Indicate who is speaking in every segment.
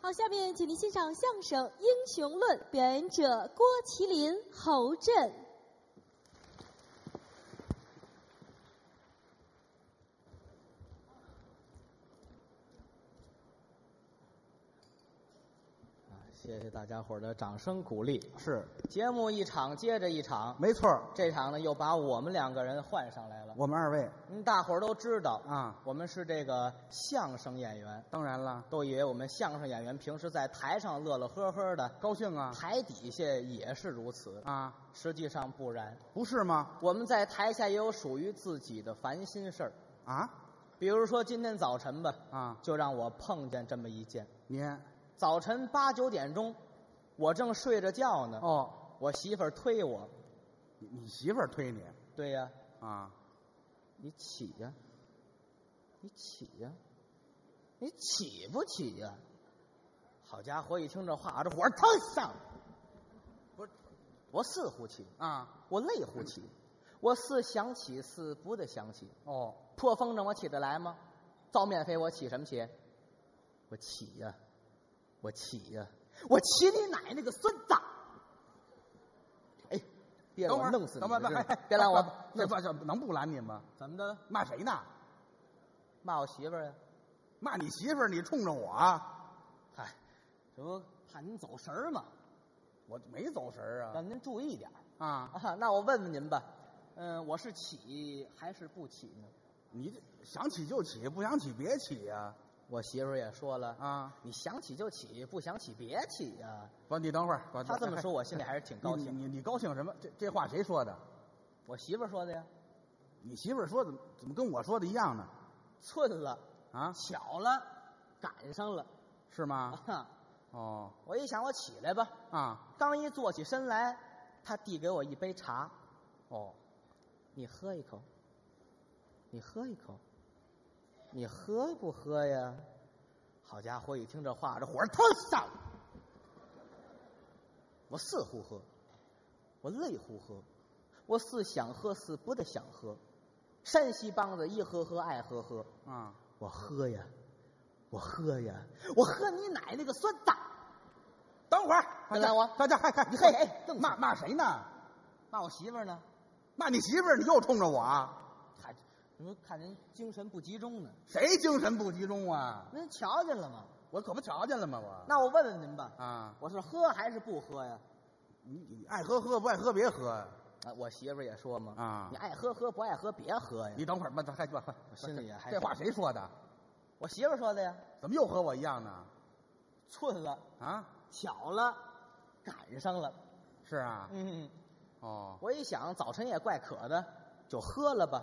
Speaker 1: 好，下面请您欣赏相声《英雄论》，表演者郭麒麟、侯震。
Speaker 2: 谢谢大家伙儿的掌声鼓励。
Speaker 3: 是，
Speaker 2: 节目一场接着一场，
Speaker 3: 没错儿，
Speaker 2: 这场呢又把我们两个人换上来了。
Speaker 3: 我们二位
Speaker 2: 嗯，大伙儿都知道，
Speaker 3: 啊，
Speaker 2: 我们是这个相声演员，
Speaker 3: 当然了，
Speaker 2: 都以为我们相声演员平时在台上乐乐呵呵的，
Speaker 3: 高兴啊
Speaker 2: 台底下也是如此。
Speaker 3: 啊，
Speaker 2: 实际上不然，
Speaker 3: 不是吗？
Speaker 2: 我们在台下也有属于自己的烦心事儿。
Speaker 3: 啊
Speaker 2: 比如说今天早晨吧，
Speaker 3: 啊，
Speaker 2: 就让我碰见这么一件。
Speaker 3: 您
Speaker 2: 早晨八九点钟，我正睡着觉呢，
Speaker 3: 哦，
Speaker 2: 我媳妇儿推我，
Speaker 3: 你你媳妇儿推你
Speaker 2: 对呀、
Speaker 3: 啊？
Speaker 2: 你起呀、你起呀、你起不起呀、好家伙，一听这话，这火腾上，
Speaker 3: 不是
Speaker 2: 我似乎起，
Speaker 3: 啊，
Speaker 2: 我累乎起，我似想起，似不得想起。
Speaker 3: 哦，
Speaker 2: 破风筝我起得来吗？造面飞我起什么起？我起呀、我起呀、我起你奶奶个孙子！哎，别让
Speaker 3: 等会
Speaker 2: 我
Speaker 3: 儿
Speaker 2: 弄死你！
Speaker 3: 等会儿
Speaker 2: 真是
Speaker 3: 哎
Speaker 2: 别 让我
Speaker 3: 那
Speaker 2: 弄
Speaker 3: 不
Speaker 2: 死！
Speaker 3: 这能不拦你吗？
Speaker 2: 怎么的？
Speaker 3: 骂谁呢？
Speaker 2: 骂我媳妇儿呀？啊
Speaker 3: 骂你媳妇儿，你冲着我啊？
Speaker 2: 嗨，这不怕您走神儿吗？
Speaker 3: 我没走神儿啊
Speaker 2: 让您注意点儿
Speaker 3: 啊！
Speaker 2: 啊。那我问问您吧，嗯，我是起还是不起呢？
Speaker 3: 你这想起就起，不想起别起呀
Speaker 2: 我媳妇儿也说了，
Speaker 3: 啊！
Speaker 2: 你想起就起，不想起别起呀、
Speaker 3: 不，你等会儿，不
Speaker 2: 她这 么说我心里还是挺高兴
Speaker 3: 你你你高兴什么？这这话谁说的？
Speaker 2: 我媳妇儿说的呀，
Speaker 3: 你媳妇儿说怎么怎么跟我说的一样呢？
Speaker 2: 寸了，
Speaker 3: 啊，
Speaker 2: 巧了，赶上了
Speaker 3: 是吗？
Speaker 2: 啊！
Speaker 3: 哦
Speaker 2: 我一想，我起来吧，
Speaker 3: 啊
Speaker 2: 刚一坐起身来，她递给我一杯茶，
Speaker 3: 哦，
Speaker 2: 你喝一口，你喝一口，你喝不喝呀？好家伙，一听这话，这火儿腾上来。我似乎喝，我累乎喝，我似想喝，似不得想喝。山西梆子一喝喝爱喝喝，
Speaker 3: 啊，
Speaker 2: 我喝呀，我喝呀，我喝你奶奶个酸子！
Speaker 3: 等会儿，
Speaker 2: 再来我
Speaker 3: 大家还看
Speaker 2: 你嘿嘿瞪
Speaker 3: 骂
Speaker 2: 谁
Speaker 3: 骂谁呢？
Speaker 2: 骂我媳妇儿呢？
Speaker 3: 骂你媳妇儿，你又冲着我啊？
Speaker 2: 看，你说看人精神不集中呢，
Speaker 3: 谁精神不集中啊？
Speaker 2: 那瞧见了吗？
Speaker 3: 我可不瞧见了吗？我
Speaker 2: 那我问问您吧，
Speaker 3: 啊，
Speaker 2: 我是喝还是不喝呀？
Speaker 3: 你你爱喝喝，不爱喝别喝。
Speaker 2: 啊，我媳妇儿也说嘛，
Speaker 3: 啊
Speaker 2: 你爱喝喝，不爱喝别喝呀。
Speaker 3: 你等会儿吧，还吧，
Speaker 2: 我心里还
Speaker 3: 这话谁说的？
Speaker 2: 我媳妇儿说的呀，
Speaker 3: 怎么又和我一样呢？
Speaker 2: 寸了，
Speaker 3: 啊，
Speaker 2: 巧了，赶上了。
Speaker 3: 是啊，
Speaker 2: 嗯，
Speaker 3: 哦，
Speaker 2: 我一想早晨也怪渴的，就喝了吧。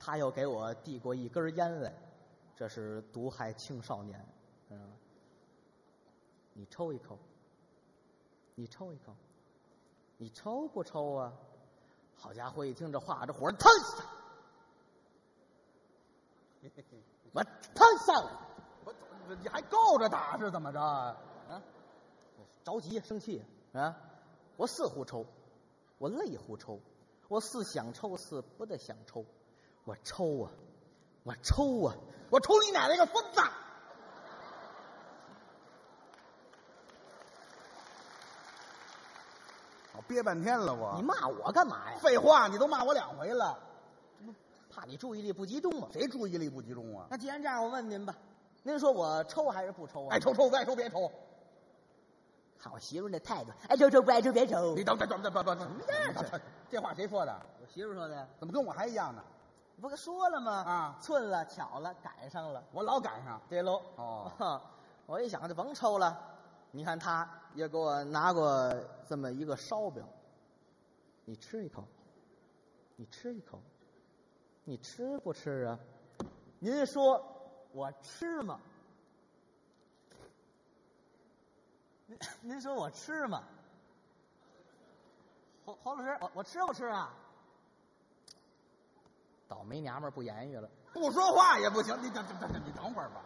Speaker 2: 他又给我递过一根烟来，这是毒害青少年。嗯，你抽一口，你抽一口，你抽不抽啊？好家伙，一听这话，这火儿腾 上来，我腾上来了。
Speaker 3: 我你还够着打是怎么着啊？
Speaker 2: 啊，着急生气啊！我似乎抽，我累乎抽，我似想抽似不得想抽，我抽啊，我抽啊，我抽你奶奶个疯子！
Speaker 3: 我憋半天了，我
Speaker 2: 你骂我干嘛呀？
Speaker 3: 废话，你都骂我两回了，
Speaker 2: 怕你注意力不集中嘛。
Speaker 3: 谁注意力不集中啊？
Speaker 2: 那既然这样，我问您吧，您说我抽还是不抽啊？
Speaker 3: 爱抽抽，不爱抽别抽。
Speaker 2: 看我媳妇那态度，爱抽抽不爱抽别抽。
Speaker 3: 你等等等等等等，什么
Speaker 2: 样啊
Speaker 3: 这这话谁说的？
Speaker 2: 我媳妇说的呀，
Speaker 3: 怎么跟我还一样呢？
Speaker 2: 不跟说了吗？
Speaker 3: 啊
Speaker 2: 寸了，巧了，赶上了。
Speaker 3: 我老赶上。
Speaker 2: 对喽。
Speaker 3: 哦，
Speaker 2: 我一想就甭抽了。你看他也给我拿过这么一个烧饼，你吃一口，你吃一口，你吃不吃啊？您说我吃吗？您您说我吃吗？侯侯老师，我我吃不吃啊？倒霉娘们儿不言语了。
Speaker 3: 不说话也不行。你等等等，你等会儿吧，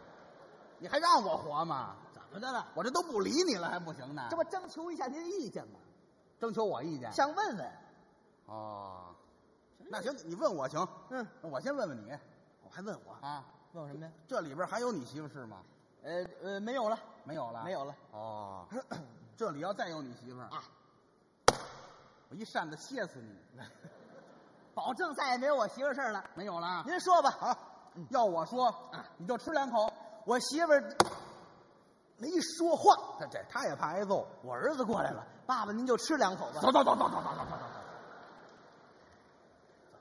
Speaker 3: 你还让我活吗？
Speaker 2: 怎么的了？
Speaker 3: 我这都不理你了还不行呢？
Speaker 2: 这不征求一下您意见吗？
Speaker 3: 征求我意见？
Speaker 2: 想问问。
Speaker 3: 哦，那行，你问我行。
Speaker 2: 嗯，哦
Speaker 3: 那我先问问你
Speaker 2: 我还问我
Speaker 3: 啊，
Speaker 2: 问我什么呀？
Speaker 3: 这里边还有你媳妇是吗？
Speaker 2: 呃呃，没有了，
Speaker 3: 没有了，
Speaker 2: 没 有了。
Speaker 3: 哦，这里要再有你媳妇儿 啊，我一扇子歇死你！
Speaker 2: 保证再也没有我媳妇儿事儿了。
Speaker 3: 没有了啊，
Speaker 2: 您说吧，
Speaker 3: 好，
Speaker 2: 嗯
Speaker 3: 要我说啊，你就吃两口。
Speaker 2: 我媳妇儿没说话，
Speaker 3: 这这，他也怕挨揍。
Speaker 2: 我儿子过来了，爸爸您就吃两口吧。
Speaker 3: 走走走走走走走走走，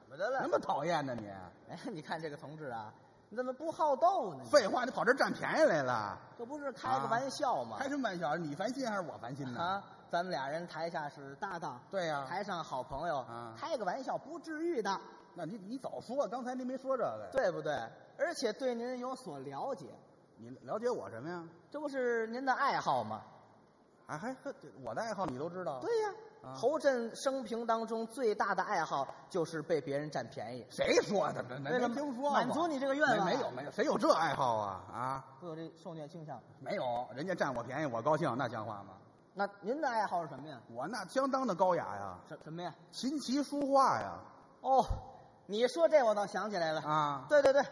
Speaker 2: 怎么的
Speaker 3: 那？么讨厌呢你？
Speaker 2: 哎，你看这个同志啊，你怎么不好斗呢？
Speaker 3: 废话，你跑这儿占便宜来了？
Speaker 2: 这不是开个玩笑吗？
Speaker 3: 开什么玩笑？你烦心还是我烦心呢？
Speaker 2: 啊，咱们俩人台下是搭档，
Speaker 3: 对呀
Speaker 2: 台上好朋友
Speaker 3: 啊，
Speaker 2: 开个玩笑不至于的，
Speaker 3: 那你你早说，刚才您没说这个。呀。
Speaker 2: 对不对？而且对您有所了解，
Speaker 3: 你了解我什么呀？
Speaker 2: 这不是您的爱好吗？
Speaker 3: 啊，还还我的爱好你都知道？，
Speaker 2: 对呀、
Speaker 3: 啊
Speaker 2: 侯震生平当中最大的爱好就是被别人占便宜。
Speaker 3: 谁说的？没
Speaker 2: 为了
Speaker 3: 没听说过
Speaker 2: 满足你这个愿望哎
Speaker 3: 没没有没有，谁有这爱好啊？啊，
Speaker 2: 会有这受虐倾向。
Speaker 3: 没有，人家占我便宜，我高兴，那像话吗？
Speaker 2: 那您的爱好是什么呀？
Speaker 3: 我那相当的高雅呀，
Speaker 2: 什什么呀？
Speaker 3: 琴棋书画呀，
Speaker 2: 哦，你说这我倒想起来了。
Speaker 3: 啊，
Speaker 2: 对对对，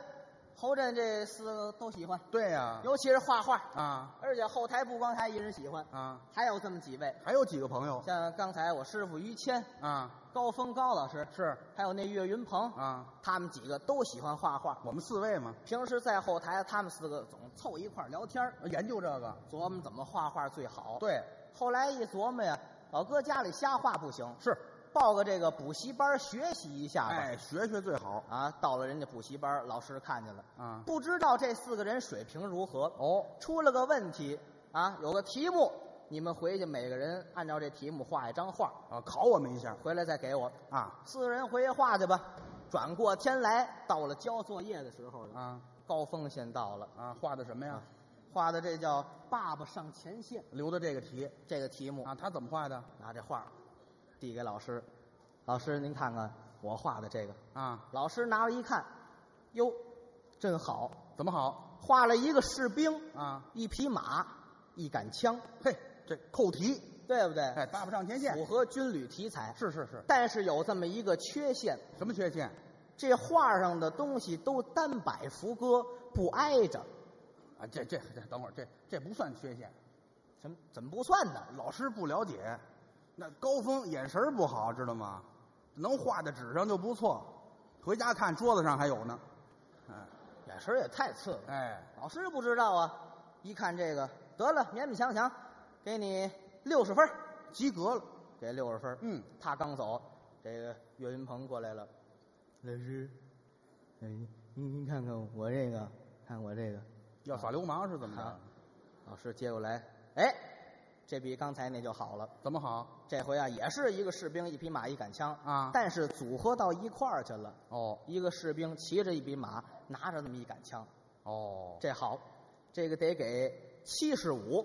Speaker 2: 侯震这四个都喜欢，
Speaker 3: 对呀，
Speaker 2: 尤其是画画，
Speaker 3: 啊
Speaker 2: 而且后台不光他一人喜欢，
Speaker 3: 啊，
Speaker 2: 还有这么几位，
Speaker 3: 还有几个朋友
Speaker 2: 像刚才我师傅于谦、
Speaker 3: 啊，
Speaker 2: 高峰高老师，
Speaker 3: 是
Speaker 2: 还有那岳云鹏，
Speaker 3: 啊，
Speaker 2: 他们几个都喜欢画画。
Speaker 3: 我们四位嘛，
Speaker 2: 平时在后台，他们四个总凑一块儿聊天儿
Speaker 3: 研究这个，
Speaker 2: 琢磨怎么画画最好。，
Speaker 3: 对，
Speaker 2: 后来一琢磨呀，老搁家里瞎画不行，
Speaker 3: 是，
Speaker 2: 报个这个补习班学习一下吧。
Speaker 3: 哎，学学最好
Speaker 2: 啊，到了人家补习班，老师看见了，
Speaker 3: 啊。
Speaker 2: 不知道这四个人水平如何，
Speaker 3: 哦，
Speaker 2: 出了个问题啊，有个题目，你们回去每个人按照这题目画一张画，
Speaker 3: 啊，考我们一下
Speaker 2: 回来再给我。
Speaker 3: 啊
Speaker 2: 四个人回去画去吧。转过天来，到了交作业的时候了，
Speaker 3: 啊
Speaker 2: 高峰先到了，
Speaker 3: 啊，画的什么呀？
Speaker 2: 画的这叫“爸爸上前线
Speaker 3: 留的这个题”
Speaker 2: 这个题目，
Speaker 3: 啊，他怎么画的
Speaker 2: 拿这画递给老师，老师您看看我画的这个，
Speaker 3: 啊？
Speaker 2: 老师拿了一看，哟，真好，
Speaker 3: 怎么好
Speaker 2: 画了一个士兵，
Speaker 3: 啊？
Speaker 2: 一匹马，一杆枪，
Speaker 3: 嘿，这扣题，
Speaker 2: 对不对？
Speaker 3: 哎，搭不上前线
Speaker 2: 符，合军旅题材。
Speaker 3: 是是是，
Speaker 2: 但是有这么一个缺陷，
Speaker 3: 什么缺陷？
Speaker 2: 这画上的东西都单摆扶歌，不挨着。
Speaker 3: 啊，这这这，等会儿这这不算缺陷，
Speaker 2: 怎么怎么不算呢？
Speaker 3: 老师不了解，那高峰眼神儿不好，知道吗？能画在纸上就不错，回家看桌子上还有呢，哎
Speaker 2: 眼神也太次了。
Speaker 3: 哎，
Speaker 2: 老师不知道啊，一看这个，得了，勉勉强强，给你六十分儿，
Speaker 3: 及格了，
Speaker 2: 给六十分儿。
Speaker 3: 嗯，
Speaker 2: 他刚走，这个岳云鹏过来了，老师，嗯，您您看看我这个，看我这个。
Speaker 3: 要耍流氓是怎么
Speaker 2: 啊
Speaker 3: 着？
Speaker 2: 老师接过来，哎，这比刚才那就好了。
Speaker 3: 怎么好？
Speaker 2: 这回啊，也是一个士兵，一匹马，一杆枪
Speaker 3: 啊
Speaker 2: 但是组合到一块儿去了。
Speaker 3: 哦
Speaker 2: 一个士兵骑着一匹马，拿着那么一杆枪，
Speaker 3: 哦，这
Speaker 2: 这好，这个得给七十五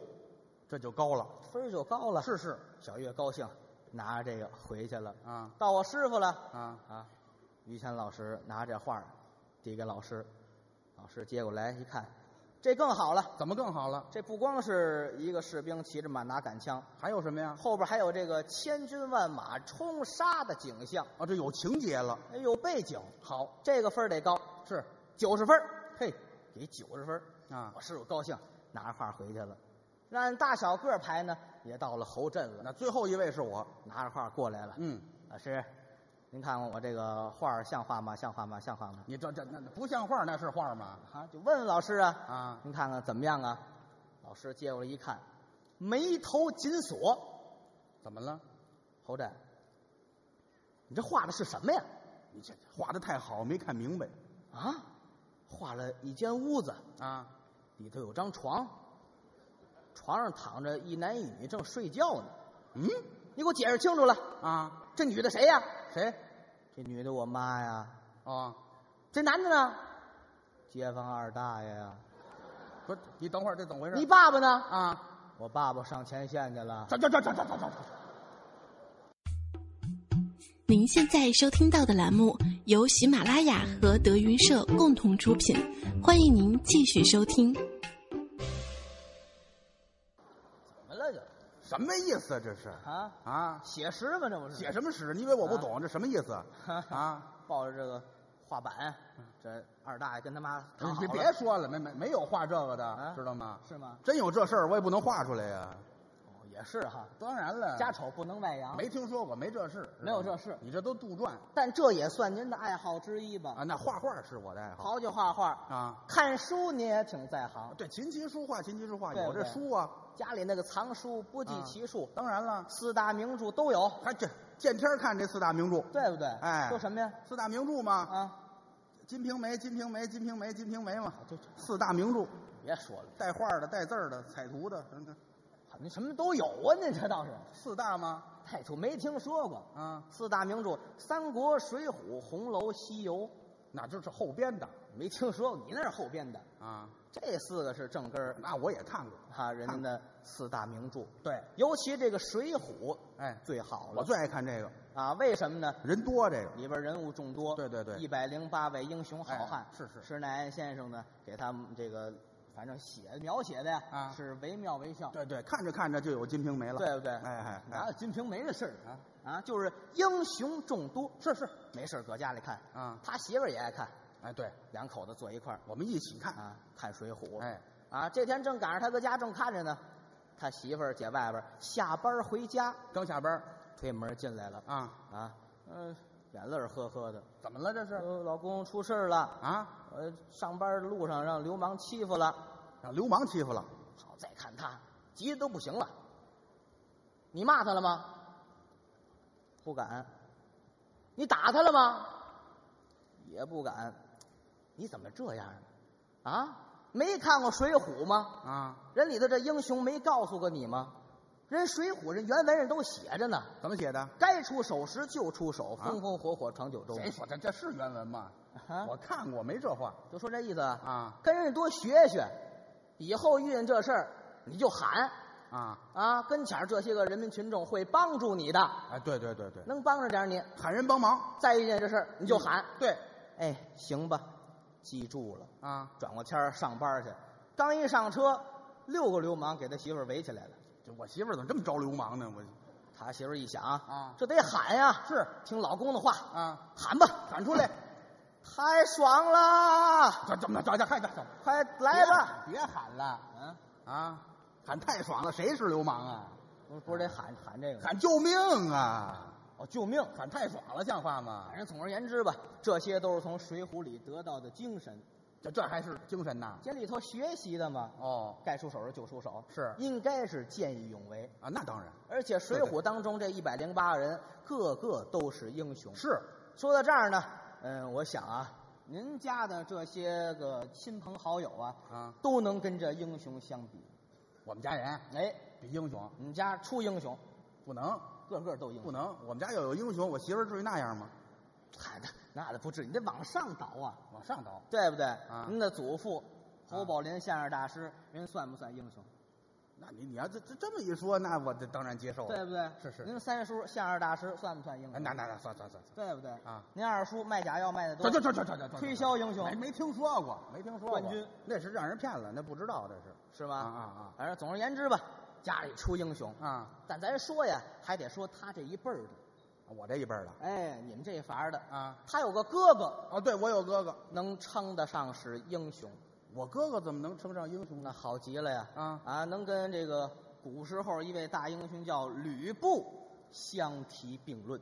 Speaker 3: 这就高了，
Speaker 2: 分儿就高了。
Speaker 3: 是是
Speaker 2: 小月高兴，拿着这个回去了。
Speaker 3: 啊
Speaker 2: 到我师傅了
Speaker 3: 啊，
Speaker 2: 啊！于谦老师拿着画儿递给老师，老师接过来一看，这更好了。
Speaker 3: 怎么更好了？
Speaker 2: 这不光是一个士兵骑着马拿杆枪，
Speaker 3: 还有什么呀？
Speaker 2: 后边还有这个千军万马冲杀的景象，
Speaker 3: 啊，这有情节了，
Speaker 2: 哎，有背景，
Speaker 3: 好
Speaker 2: 这个分儿得高，
Speaker 3: 是
Speaker 2: 九十分儿，嘿，给九十分儿。
Speaker 3: 啊
Speaker 2: 我，师傅高兴，拿着画回去了。那按大小个儿排呢，也到了侯震了，
Speaker 3: 那最后一位是我，
Speaker 2: 拿着画过来了。
Speaker 3: 嗯，
Speaker 2: 老师，您看看我这个画儿像话吗？像话吗？像话吗？
Speaker 3: 你这这那那不像话，那是话吗？
Speaker 2: 啊，就问问老师啊，
Speaker 3: 啊，
Speaker 2: 您看看怎么样啊？老师接过来一看，眉头紧锁。
Speaker 3: 怎么了？
Speaker 2: 侯震，你这画的是什么呀？
Speaker 3: 你这画的太好，没看明白
Speaker 2: 啊，画了一间屋子，
Speaker 3: 啊？
Speaker 2: 里头有张床，床上躺着一男一女正睡觉呢。
Speaker 3: 嗯
Speaker 2: 你给我解释清楚了，
Speaker 3: 啊，
Speaker 2: 这女的谁呀？
Speaker 3: 谁？
Speaker 2: 这女的我妈呀，
Speaker 3: 哦，
Speaker 2: 这男的呢？街坊二大爷呀。
Speaker 3: 不是，你等会儿，这怎么回事？
Speaker 2: 你爸爸呢？
Speaker 3: 啊，
Speaker 2: 我爸爸上前线去了。
Speaker 3: 这这这这这这这。
Speaker 4: 您现在收听到的栏目由喜马拉雅和德云社共同出品，欢迎您继续收听。
Speaker 2: 怎么了就？
Speaker 3: 什么意思？这是
Speaker 2: 啊，
Speaker 3: 啊？
Speaker 2: 写诗吗？这不是
Speaker 3: 写什么诗？你以为我不懂？这什么意思？
Speaker 2: 哈哈
Speaker 3: 啊，
Speaker 2: 抱着这个画板，这二大爷跟他妈谈好
Speaker 3: 你
Speaker 2: 了
Speaker 3: 别说了，没没没有画这个的，
Speaker 2: 啊
Speaker 3: 知道吗？
Speaker 2: 是吗？
Speaker 3: 真有这事儿，我也不能画出来呀。
Speaker 2: 哦也是哈，
Speaker 3: 当然了，
Speaker 2: 家丑不能外扬。
Speaker 3: 没听说过，没这事，
Speaker 2: 没有
Speaker 3: 知道吗
Speaker 2: 这事
Speaker 3: 你这都杜撰
Speaker 2: 但这也算您的爱好之一吧？
Speaker 3: 啊！那画画是我的爱好
Speaker 2: 好就画画，
Speaker 3: 啊，
Speaker 2: 看书你也挺在行。
Speaker 3: 对，琴棋书画，琴棋书画
Speaker 2: 对
Speaker 3: 有这
Speaker 2: 对
Speaker 3: 书啊，
Speaker 2: 家里那个藏书不计
Speaker 3: 啊
Speaker 2: 其数，
Speaker 3: 当然了，
Speaker 2: 四大名著都有，
Speaker 3: 还这见天儿看这四大名著，
Speaker 2: 对不对？
Speaker 3: 哎
Speaker 2: 说什么呀？
Speaker 3: 四大名著嘛，
Speaker 2: 啊，
Speaker 3: 《金瓶梅》《金瓶梅》《金瓶梅》《金瓶梅》嘛，
Speaker 2: 这这
Speaker 3: 四大名著，
Speaker 2: 别说了，
Speaker 3: 带画的、带字儿的、彩图的，嗯这
Speaker 2: 你什么都有啊？您这倒是，
Speaker 3: 四大嘛
Speaker 2: 太初没听说过。
Speaker 3: 啊，
Speaker 2: 四大名著《三国》《水浒》《红楼》《西游》，
Speaker 3: 那就是后编的
Speaker 2: 没听说过。你那是后编的，
Speaker 3: 啊，
Speaker 2: 这四个是正根儿
Speaker 3: 那我也看过，
Speaker 2: 哈，人家的四大名著。
Speaker 3: 对，
Speaker 2: 尤其这个《水浒》
Speaker 3: 哎，
Speaker 2: 最好了，
Speaker 3: 我最爱看这个，
Speaker 2: 啊，为什么呢？
Speaker 3: 人多这个，
Speaker 2: 里边人物众多，
Speaker 3: 对对对
Speaker 2: 一百零八位英雄好汉，
Speaker 3: 哎是是
Speaker 2: 施耐庵先生呢，给他们这个反正写描写的呀，
Speaker 3: 啊
Speaker 2: 是惟妙惟肖，
Speaker 3: 对对，看着看着就有《金瓶梅》了，
Speaker 2: 对不对？
Speaker 3: 哎哎
Speaker 2: 哪有
Speaker 3: 哎，
Speaker 2: 《金瓶梅》的事儿啊？啊，就是英雄众多，是是，没事儿搁家里看
Speaker 3: 啊
Speaker 2: 他媳妇儿也爱看，
Speaker 3: 哎，对，
Speaker 2: 两口子坐一块儿
Speaker 3: 我们一起看，
Speaker 2: 啊，看《水浒》。
Speaker 3: 哎，
Speaker 2: 啊，这天正赶上他搁家正看着呢，他媳妇儿姐外边儿下班回家，
Speaker 3: 刚下班儿
Speaker 2: 推门进来了
Speaker 3: 啊，
Speaker 2: 啊，嗯，眼泪儿呵呵的，
Speaker 3: 怎么了这是？
Speaker 2: 呃，老公出事儿了，
Speaker 3: 啊，
Speaker 2: 呃，上班路上让流氓欺负了。
Speaker 3: 让流氓欺负了，
Speaker 2: 好，再看他，急得都不行了。你骂他了吗？不敢。你打他了吗？也不敢。你怎么这样呢？啊，没看过《水浒》吗？
Speaker 3: 啊，
Speaker 2: 人里头这英雄没告诉过你吗？人《水浒》人原文人都写着呢，
Speaker 3: 怎么写的？
Speaker 2: 该出手时就出手，
Speaker 3: 啊
Speaker 2: 风风火火闯九州。
Speaker 3: 谁说这这是原文吗？
Speaker 2: 啊
Speaker 3: 我看过，没这话
Speaker 2: 就说这意思啊
Speaker 3: 啊
Speaker 2: 跟人家多学学，以后遇见这事儿你就喊
Speaker 3: 啊！
Speaker 2: 啊，跟前儿这些个人民群众会帮助你的，
Speaker 3: 哎，对对对对，
Speaker 2: 能帮着点儿你，
Speaker 3: 喊人帮忙，
Speaker 2: 再遇见这事儿你就喊，
Speaker 3: 对
Speaker 2: 哎，行吧，记住了。
Speaker 3: 啊，
Speaker 2: 转过天儿上班去，刚一上车，六个流氓给他媳妇儿围起来了。
Speaker 3: 这我媳妇儿怎么这么招流氓呢？我
Speaker 2: 他媳妇儿一想，
Speaker 3: 啊
Speaker 2: 这得喊呀，
Speaker 3: 是
Speaker 2: 听老公的话，
Speaker 3: 啊，
Speaker 2: 喊吧，喊出来，太爽啦，
Speaker 3: 这怎么这这还这怎么
Speaker 2: 快来吧，，
Speaker 3: 别喊了
Speaker 2: 嗯，
Speaker 3: 啊！喊太爽了，谁是流氓啊？
Speaker 2: 不是不是得喊喊这个吗
Speaker 3: 喊救命啊！
Speaker 2: 哦，救命！
Speaker 3: 喊太爽了，像话吗
Speaker 2: 反？正总而言之吧，这些都是从《水浒》里得到的精神，
Speaker 3: 这这还是精神呐！
Speaker 2: 这里头学习的嘛。
Speaker 3: 哦
Speaker 2: 该出手时就出手，
Speaker 3: 是
Speaker 2: 应该是见义勇为。
Speaker 3: 啊，那当然
Speaker 2: 而且《水浒》当中这一百零八人，个个都是英雄。
Speaker 3: 是
Speaker 2: 说到这儿呢，嗯，我想啊，您家的这些个亲朋好友啊，
Speaker 3: 啊，
Speaker 2: 都能跟这英雄相比。
Speaker 3: 我们家人
Speaker 2: 哎，
Speaker 3: 比英雄
Speaker 2: 你们家出英雄，
Speaker 3: 不能
Speaker 2: 个个都英
Speaker 3: 不
Speaker 2: 雄。
Speaker 3: 能，我们家要有英雄，我媳妇儿至于那样吗？
Speaker 2: 嗨，那那倒不至于，你得往上倒啊。
Speaker 3: 往上倒，
Speaker 2: 对不对？
Speaker 3: 啊
Speaker 2: 您的祖父侯宝林相声大师，您算不算英雄？
Speaker 3: 那你你要这这这么一说，那我这当然接受了。
Speaker 2: 对不对？
Speaker 3: 哦是是
Speaker 2: 您三叔相声大师算不算英
Speaker 3: 哎
Speaker 2: 雄？
Speaker 3: 那那那算算算
Speaker 2: 对不对？
Speaker 3: 啊
Speaker 2: 您二叔卖假药卖的多，
Speaker 3: 算，这这这这这这
Speaker 2: 推销英雄
Speaker 3: 没没听说过，没听说过。
Speaker 2: 冠军
Speaker 3: 那是让人骗了，那不知道这是
Speaker 2: 是吧？
Speaker 3: 啊啊啊
Speaker 2: 反正总而言之吧，家里出英雄。
Speaker 3: 啊！
Speaker 2: 但咱说呀，还得说他这一辈儿的，
Speaker 3: 我这一辈儿的
Speaker 2: 哎，你们这一伐儿的
Speaker 3: 啊
Speaker 2: 他有个哥哥
Speaker 3: 哦，对我有哥哥，
Speaker 2: 能称得上是英雄，
Speaker 3: 我哥哥怎么能称上英雄
Speaker 2: 那
Speaker 3: 呢？
Speaker 2: 好极了呀！
Speaker 3: 啊
Speaker 2: 啊，能跟这个古时候一位大英雄叫吕布相提并论。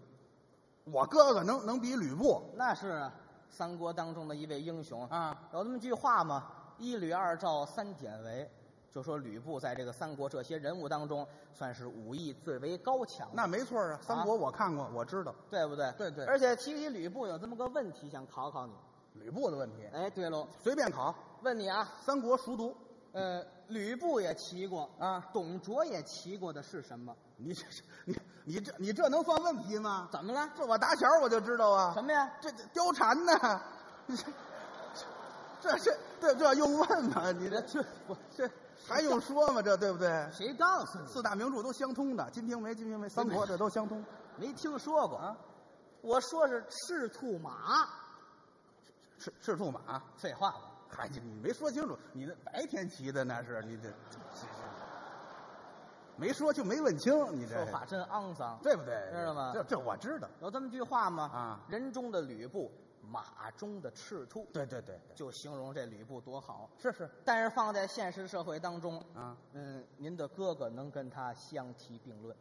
Speaker 3: 我哥哥能能比吕布
Speaker 2: 那是啊，三国当中的一位英雄。
Speaker 3: 啊？
Speaker 2: 有那么句话嘛，“一吕二赵三典韦”，就说吕布在这个三国这些人物当中，算是武艺最为高强的
Speaker 3: 那没错啊，三国我看过，我知道
Speaker 2: 对不对？
Speaker 3: 对对
Speaker 2: 而且提起吕布，有这么个问题想考考你。
Speaker 3: 吕布的问题，
Speaker 2: 哎，对喽，
Speaker 3: 随便考。
Speaker 2: 问你啊，
Speaker 3: 三国熟读
Speaker 2: 呃，吕布也骑过，
Speaker 3: 啊，
Speaker 2: 董卓也骑过的是什么？
Speaker 3: 你这你你这你这能算问题吗？
Speaker 2: 怎么了？
Speaker 3: 这我打小我就知道啊。
Speaker 2: 什么呀？
Speaker 3: 这这貂蝉呢？ 这这这这用问吗？你这这我这还用说吗？这对不对？
Speaker 2: 谁告诉你？
Speaker 3: 四大名著都相通的，《金瓶梅》《金瓶梅》《三国》这都相通。
Speaker 2: 没听说过啊！我说是赤兔马，
Speaker 3: 赤赤兔马，
Speaker 2: 废话吧。
Speaker 3: 嗨，你你没说清楚，你那白天骑的那是你这，没说就没问清，你这
Speaker 2: 说话真肮脏。
Speaker 3: 对不对？
Speaker 2: 知道吗
Speaker 3: 这这我知道
Speaker 2: 有这么句话吗？
Speaker 3: 啊
Speaker 2: 人中的吕布，马中的赤兔，
Speaker 3: 对对对对，
Speaker 2: 就形容这吕布多好。
Speaker 3: 是是
Speaker 2: 但是放在现实社会当中，
Speaker 3: 啊，
Speaker 2: 嗯，您的哥哥能跟他相提并论？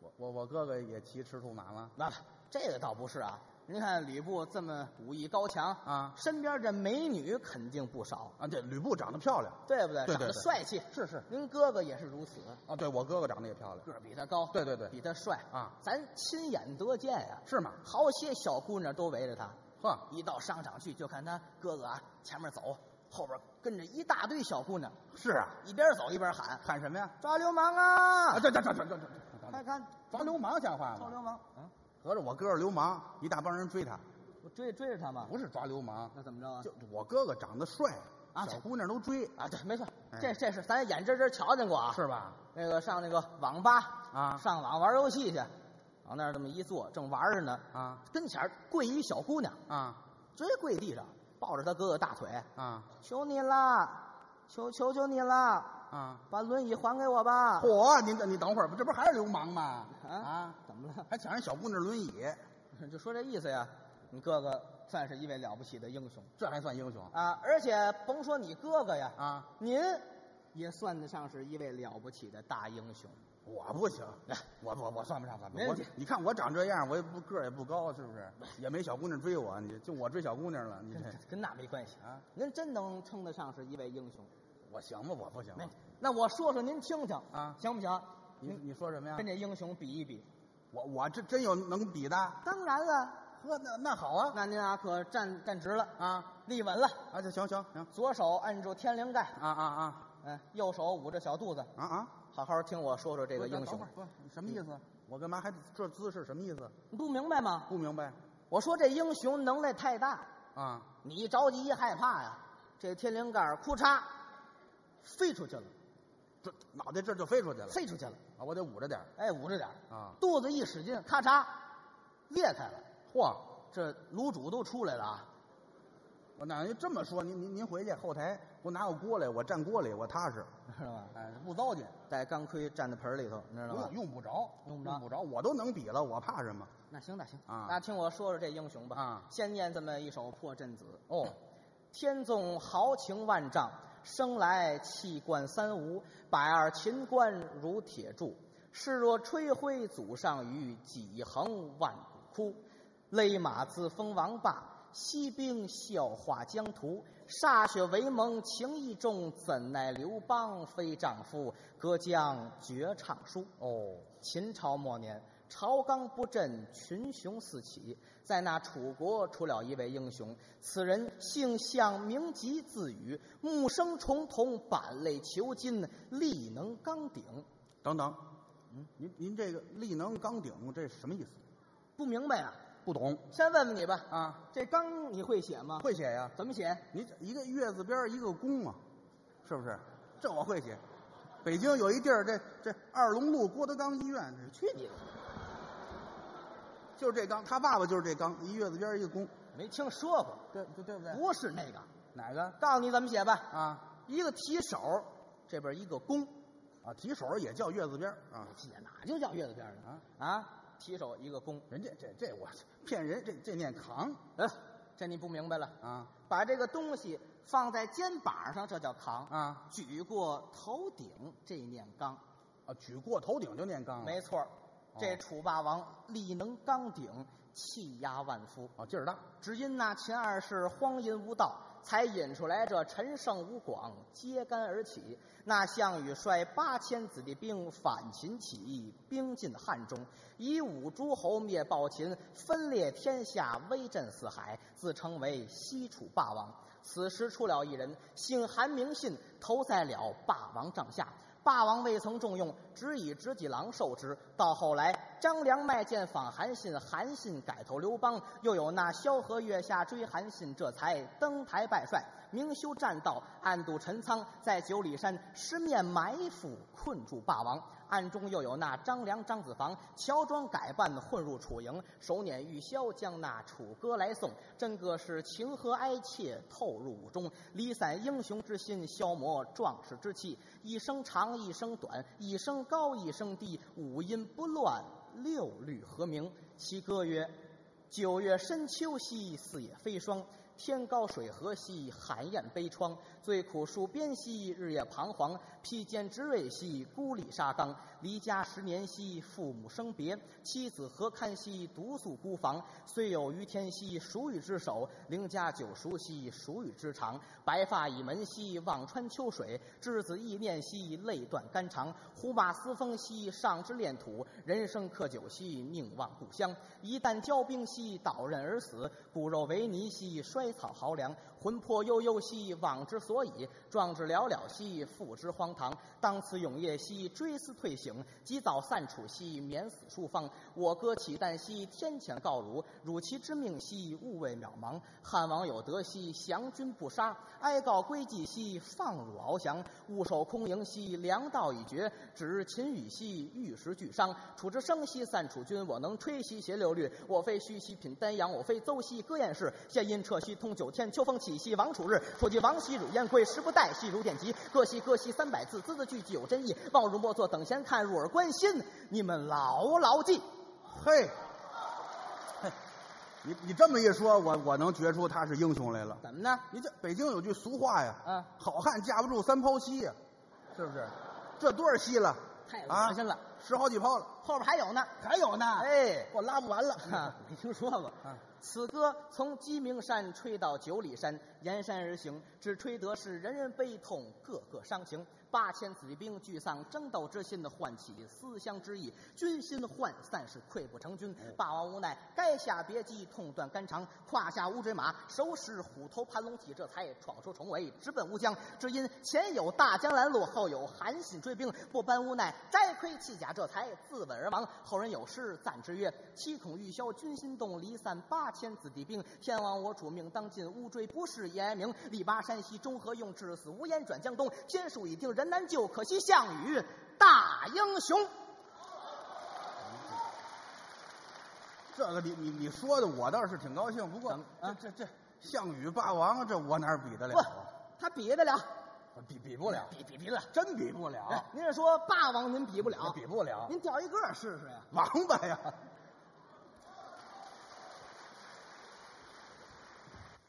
Speaker 3: 我我我哥哥也骑赤兔马了
Speaker 2: 那这个倒不是啊。您看吕布这么武艺高强，
Speaker 3: 啊
Speaker 2: 身边这美女肯定不少，
Speaker 3: 啊，对，吕布长得漂亮
Speaker 2: 对不对？
Speaker 3: 对对
Speaker 2: 长得
Speaker 3: 对
Speaker 2: 帅气。
Speaker 3: 是是
Speaker 2: 您哥哥也是如此，
Speaker 3: 啊，对我哥哥长得也漂
Speaker 2: 个
Speaker 3: 亮，
Speaker 2: 儿比他高，
Speaker 3: 对对对
Speaker 2: 比他帅
Speaker 3: 啊
Speaker 2: 咱亲眼得见呀、
Speaker 3: 是吗？
Speaker 2: 好些小姑娘都围着他，
Speaker 3: 呵，
Speaker 2: 一到商场去就看他哥哥啊前面走，后边跟着一大堆小姑娘，
Speaker 3: 是啊，
Speaker 2: 一边走一边喊
Speaker 3: 喊什么呀？
Speaker 2: 抓流氓啊！
Speaker 3: 啊，这这这这这这，
Speaker 2: 快看
Speaker 3: 抓流氓嗯像话
Speaker 2: 抓
Speaker 3: 吗？
Speaker 2: 流氓啊！
Speaker 3: 合着我哥哥流氓，一大帮人追他，
Speaker 2: 我追追着他嘛，
Speaker 3: 不是抓流氓，
Speaker 2: 那怎么着啊？
Speaker 3: 就我哥哥长得帅
Speaker 2: 啊
Speaker 3: 小姑娘都追，
Speaker 2: 啊，对，没错，
Speaker 3: 哎
Speaker 2: 这这是咱眼睁睁瞧见过啊。
Speaker 3: 是吧？
Speaker 2: 那个上那个网吧
Speaker 3: 啊
Speaker 2: 上网玩游戏去，往那儿这么一坐，正玩着呢，
Speaker 3: 啊
Speaker 2: 跟前儿跪一小姑娘，
Speaker 3: 啊
Speaker 2: 直接跪地上，抱着她哥哥大腿，
Speaker 3: 啊
Speaker 2: 求你啦，求求求你啦，
Speaker 3: 啊！
Speaker 2: 把轮椅还给我吧。
Speaker 3: 嚯，您等你等会儿吧，这不还是流氓吗？
Speaker 2: 啊，怎么了？
Speaker 3: 还抢人小姑娘轮椅，
Speaker 2: 就说这意思呀。你哥哥算是一位了不起的英雄
Speaker 3: 这还算英雄
Speaker 2: 啊，而且甭说你哥哥呀，
Speaker 3: 啊？
Speaker 2: 您也算得上是一位了不起的大英雄。
Speaker 3: 我不行，我我我算不上，算不上。
Speaker 2: 没
Speaker 3: 我
Speaker 2: 问题
Speaker 3: 你看我长这样，我也不个儿也不高，是不是？也没小姑娘追我，你就我追小姑娘了，你 这
Speaker 2: 跟那没关系
Speaker 3: 啊！
Speaker 2: 您真能称得上是一位英雄。
Speaker 3: 我行吗？我不行。
Speaker 2: 没，那我说说您听听
Speaker 3: 啊
Speaker 2: 行不行？
Speaker 3: 你
Speaker 2: 您
Speaker 3: 你说什么呀
Speaker 2: 跟？这英雄比一比。
Speaker 3: 我我这真有能比的？
Speaker 2: 当然了，
Speaker 3: 呵，那那好啊
Speaker 2: 那您啊可站站直了，
Speaker 3: 啊
Speaker 2: 立稳了，
Speaker 3: 啊！这行行行
Speaker 2: 左手按住天灵盖，
Speaker 3: 啊啊啊
Speaker 2: 嗯，右手捂着小肚子，
Speaker 3: 啊啊！
Speaker 2: 好好听我说说这个英
Speaker 3: 等会
Speaker 2: 雄
Speaker 3: 儿。不是你什么意思？嗯我干嘛还这姿势什么意思？
Speaker 2: 你不明白吗？
Speaker 3: 不明白
Speaker 2: 我说这英雄能耐太大，
Speaker 3: 啊？
Speaker 2: 你一着急一害怕呀，这天灵盖儿库嚓飞出去了，
Speaker 3: 这脑袋这就飞出去了
Speaker 2: 飞出去了，
Speaker 3: 啊！我得捂着点儿
Speaker 2: 哎，捂着点儿
Speaker 3: 啊！
Speaker 2: 肚子一使劲，咔嚓裂开了。
Speaker 3: 嚯！
Speaker 2: 这卤煮都出来了啊！
Speaker 3: 我那您这么说，您您您回去后台给我拿个锅来，我站锅里我踏实，
Speaker 2: 知道吗？
Speaker 3: 哎，不糟践，
Speaker 2: 带钢盔站在盆儿里头，你知道
Speaker 3: 不
Speaker 2: 吗
Speaker 3: 用？用不着，
Speaker 2: 用不
Speaker 3: 不
Speaker 2: 着
Speaker 3: 着，我都能比了，我怕什么？
Speaker 2: 那行那行
Speaker 3: 啊
Speaker 2: 那听我说说这英雄吧。
Speaker 3: 啊
Speaker 2: 先念这么一首破阵子：
Speaker 3: 哦，
Speaker 2: 天纵豪情万丈，生来气贯三吴，百二秦关如铁柱。势若吹灰祖上雨，几横万古枯。勒马自封王霸，西兵笑话江图。歃血为盟情义重，怎奈刘邦非丈夫？隔江绝唱书。
Speaker 3: 哦，
Speaker 2: 秦朝末年，朝纲不振，群雄四起。在那楚国出了一位英雄，此人姓项，名吉，字羽，木生重瞳，板类遒筋，力能刚鼎。
Speaker 3: 等等，您您这个力能钢鼎这是什么意思？
Speaker 2: 不明白啊？
Speaker 3: 不懂
Speaker 2: 先问问你吧，
Speaker 3: 啊？
Speaker 2: 这纲你会写吗？。
Speaker 3: 会写呀？
Speaker 2: 怎么写？
Speaker 3: 你这一个月字边儿一个弓啊，是不是？这我会写。北京有一地儿，这这二龙路郭德纲医院，这
Speaker 2: 去你的！
Speaker 3: 就是这刚，他爸爸就是这刚，一月字边儿一个弓，
Speaker 2: 没听说过，
Speaker 3: 对对对不对？
Speaker 2: 不是那个。
Speaker 3: 哪个
Speaker 2: 告诉你怎么写吧，
Speaker 3: 啊？
Speaker 2: 一个提手，这边一个弓，
Speaker 3: 啊，提手也叫月字边儿啊。
Speaker 2: 这哪就叫月字边儿呢？啊啊，提手一个弓，
Speaker 3: 人家这这我骗人，这这念扛
Speaker 2: 呃，这你不明白了。
Speaker 3: 啊
Speaker 2: 把这个东西放在肩膀上，这叫扛；
Speaker 3: 啊
Speaker 2: 举过头顶，这念刚。
Speaker 3: 啊！举过头顶就念刚了，
Speaker 2: 没错儿，
Speaker 3: 哦
Speaker 2: 这楚霸王力能刚鼎，气压万夫。
Speaker 3: 啊劲儿大
Speaker 2: 只因那秦二世荒淫无道，才引出来这陈胜、吴广揭竿而起。那项羽率八千子弟兵反秦起义，兵进汉中，以五诸侯灭暴秦，分裂天下，威震四海，自称为西楚霸王。此时出了一人，姓韩名信，投在了霸王帐下。霸王未曾重用，只以执戟郎授之。到后来，张良卖剑访韩信，韩信改投刘邦，又有那萧何月下追韩信，这才登台拜帅，明修栈道，暗度陈仓，在九里山十面埋伏困住霸王。暗中又有那张良、张子房乔装改扮混入楚营，手捻玉箫将那楚歌来送，真个是情和哀切透入伍中，离散英雄之心，消磨壮士之气。一生长，一生短，一生高，一生低，五音不乱，六律和鸣。其歌曰：九月深秋兮，四野飞霜。天高水和兮，寒雁悲怆；最苦戍边兮，日夜彷徨；披坚执锐兮，孤立沙冈；离家十年兮，父母生别；妻子何堪兮，独宿孤房。虽有余天兮，孰与之守？邻家久熟兮，孰与之长？白发已扪兮，望穿秋水；稚子意念兮，泪断肝肠。胡马嘶风兮，上之恋土；人生克久兮，宁忘故乡。一旦骄兵兮，倒刃而死；骨肉为泥兮，衰草豪粮；魂魄悠悠兮，往之所以；壮志寥寥兮，付之荒唐。当此永夜兮，追思退省；及早散处兮，免死数方。我歌岂旦兮，天谴告汝；汝其知命兮，勿谓渺茫。汉王有德兮，降君不杀；哀告归计兮，放汝翱翔。勿守空营兮，粮道已绝；指秦羽兮，玉石俱伤。处之生兮，散楚军。我能吹兮携六律，我非虚兮品丹阳，我非邹兮歌燕市。献阴彻兮通九天，秋风起兮王楚日。楚既王兮汝燕归，时不待兮如典籍。各兮各兮三百字，字字句句有真意。望如莫作等闲看，入耳观心。你们牢牢记。
Speaker 3: 嘿， 嘿你你这么一说，我我能觉出他是英雄来了。
Speaker 2: 怎么呢？
Speaker 3: 你这北京有句俗话呀，
Speaker 2: 啊
Speaker 3: 好汉架不住三泡稀呀，是不是？这多少稀了？
Speaker 2: 太
Speaker 3: 啊
Speaker 2: 恶心了，
Speaker 3: 十好几泡了，
Speaker 2: 后边还有呢。
Speaker 3: 还有呢。
Speaker 2: 哎，
Speaker 3: 我拉不完了。
Speaker 2: 哈， 没听说过。
Speaker 3: 啊，
Speaker 2: 此歌从鸡鸣山吹到九里山，沿山而行，只吹得是人人悲痛，个个伤情。八千子弟兵聚丧争斗之心，唤起思乡之意。军心涣散是溃不成军。霸王无奈，该下别姬，痛断肝肠。胯下乌骓马，手使虎头盘龙体，这才闯出重围，直奔乌江。只因前有大江拦路，后有韩信追兵，不搬无奈，摘盔弃甲，这才自刎而亡。后人有诗赞之曰：“七孔玉箫君心动，离散八千子弟兵。天亡我主命当尽，乌骓不是言明。力拔山兮中和用，至死无言转江东。天数已定，人难救，可惜项羽大英雄。”
Speaker 3: 这个你你你说的，我倒是挺高兴。不过
Speaker 2: 怎么啊
Speaker 3: 这这这项羽霸王，这我哪儿比得了
Speaker 2: 不
Speaker 3: 啊？，
Speaker 2: 他比得了，
Speaker 3: 比比不了，
Speaker 2: 比比比得了。
Speaker 3: 真比不了
Speaker 2: 哎，您是说霸王您比不了，
Speaker 3: 比不了，
Speaker 2: 您调一个试试呀？
Speaker 3: 王八呀！